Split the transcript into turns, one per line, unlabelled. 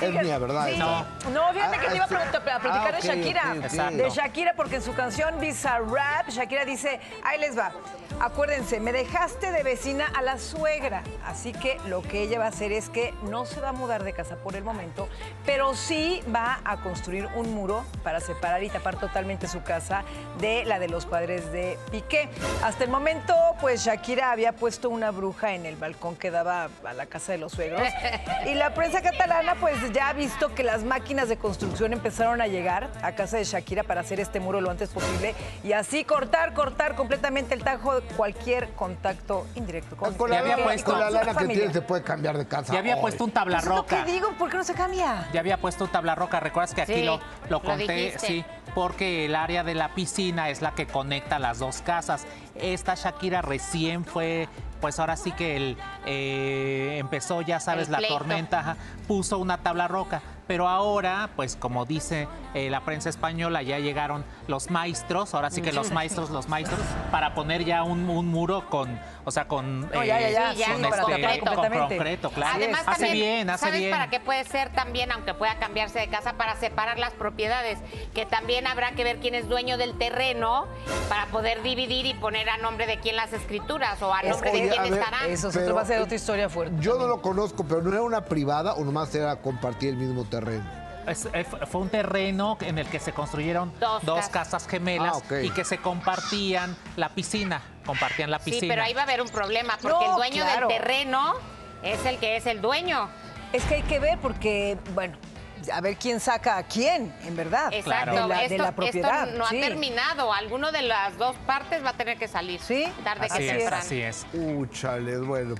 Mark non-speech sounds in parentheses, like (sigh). Es mía, ¿verdad?
Sí.
Esa.
No, fíjate
Ah,
que te iba a
sí.
platicar, a platicar
Ah, ok,
de Shakira.
ok, ok.
De Shakira, porque en su canción Bizarrap, Shakira dice, ahí les va. Acuérdense, me dejaste de vecina a la suegra, así que lo que ella va a hacer es que no se va a mudar de casa por el momento, pero sí va a construir un muro para separar y tapar totalmente su casa de la de los padres de Piqué. Hasta el momento, pues Shakira había puesto una bruja en el balcón que daba a la casa de los
(laughs)
suegros y la prensa catalana pues ya ha visto que las máquinas de construcción empezaron a llegar a casa de Shakira para hacer este muro lo antes posible y así cortar, cortar completamente el tajo de cualquier contacto indirecto con,
Ah, Con la,
Ya había
lana, pues,
puesto.
con la
su
lana que
familia.
tienes se puede cambiar de casa.
Ya había
hoy.
puesto un
Pues es lo que
tablarroca.
digo, ¿por qué no se cambia?
Ya había puesto un tablarroca. ¿Recuerdas que aquí
Sí,
lo,
lo
lo conté?
dijiste.
sí, porque el área de la piscina es la que conecta las dos casas. Esta Shakira recién fue, pues ahora sí que el, eh, empezó, ya sabes,
El
la
pleito.
tormenta, ajá, puso una tablarroca. Pero ahora, pues como dice eh, la prensa española, ya llegaron los maestros, ahora sí que los maestros, los maestros, para poner ya un, un muro con, o sea, con,
No, ya, ya, ya,
sí, ya,
con,
para
este,
tapar
con
completamente.
concreto, claro.
Así es.
Además,
hace
también,
bien, hace
¿sabes
bien.
para qué puede ser también, aunque pueda cambiarse de casa, para separar las propiedades? Que también habrá que ver quién es dueño del terreno para poder dividir y poner a nombre de quién las escrituras o a
Es
nombre
que-
de
Oye,
quién
a
ver,
estará.
Eso es otro-
Pero,
va a ser
eh,
otra historia fuerte.
Yo no lo conozco, pero no era una privada o nomás era compartir el mismo terreno.
Es- eh, fu- fue un terreno en el que se construyeron
Dos
dos,
casas.
casas. gemelas
Ah, ok.
y que se compartían la piscina. Compartían la
Sí,
piscina.
pero ahí va a haber un problema, porque
No,
el dueño
claro.
del terreno es el que es el dueño.
Es que hay que ver porque, bueno, a ver quién saca a quién, en verdad.
Exacto,
De la, de
esto,
la
esto
propiedad.
no
sí.
ha terminado. Alguno de las dos partes va a tener que salir.
Sí,
Tarde
Así
que
es,
temprano.
así es.
Uh, chale, bueno.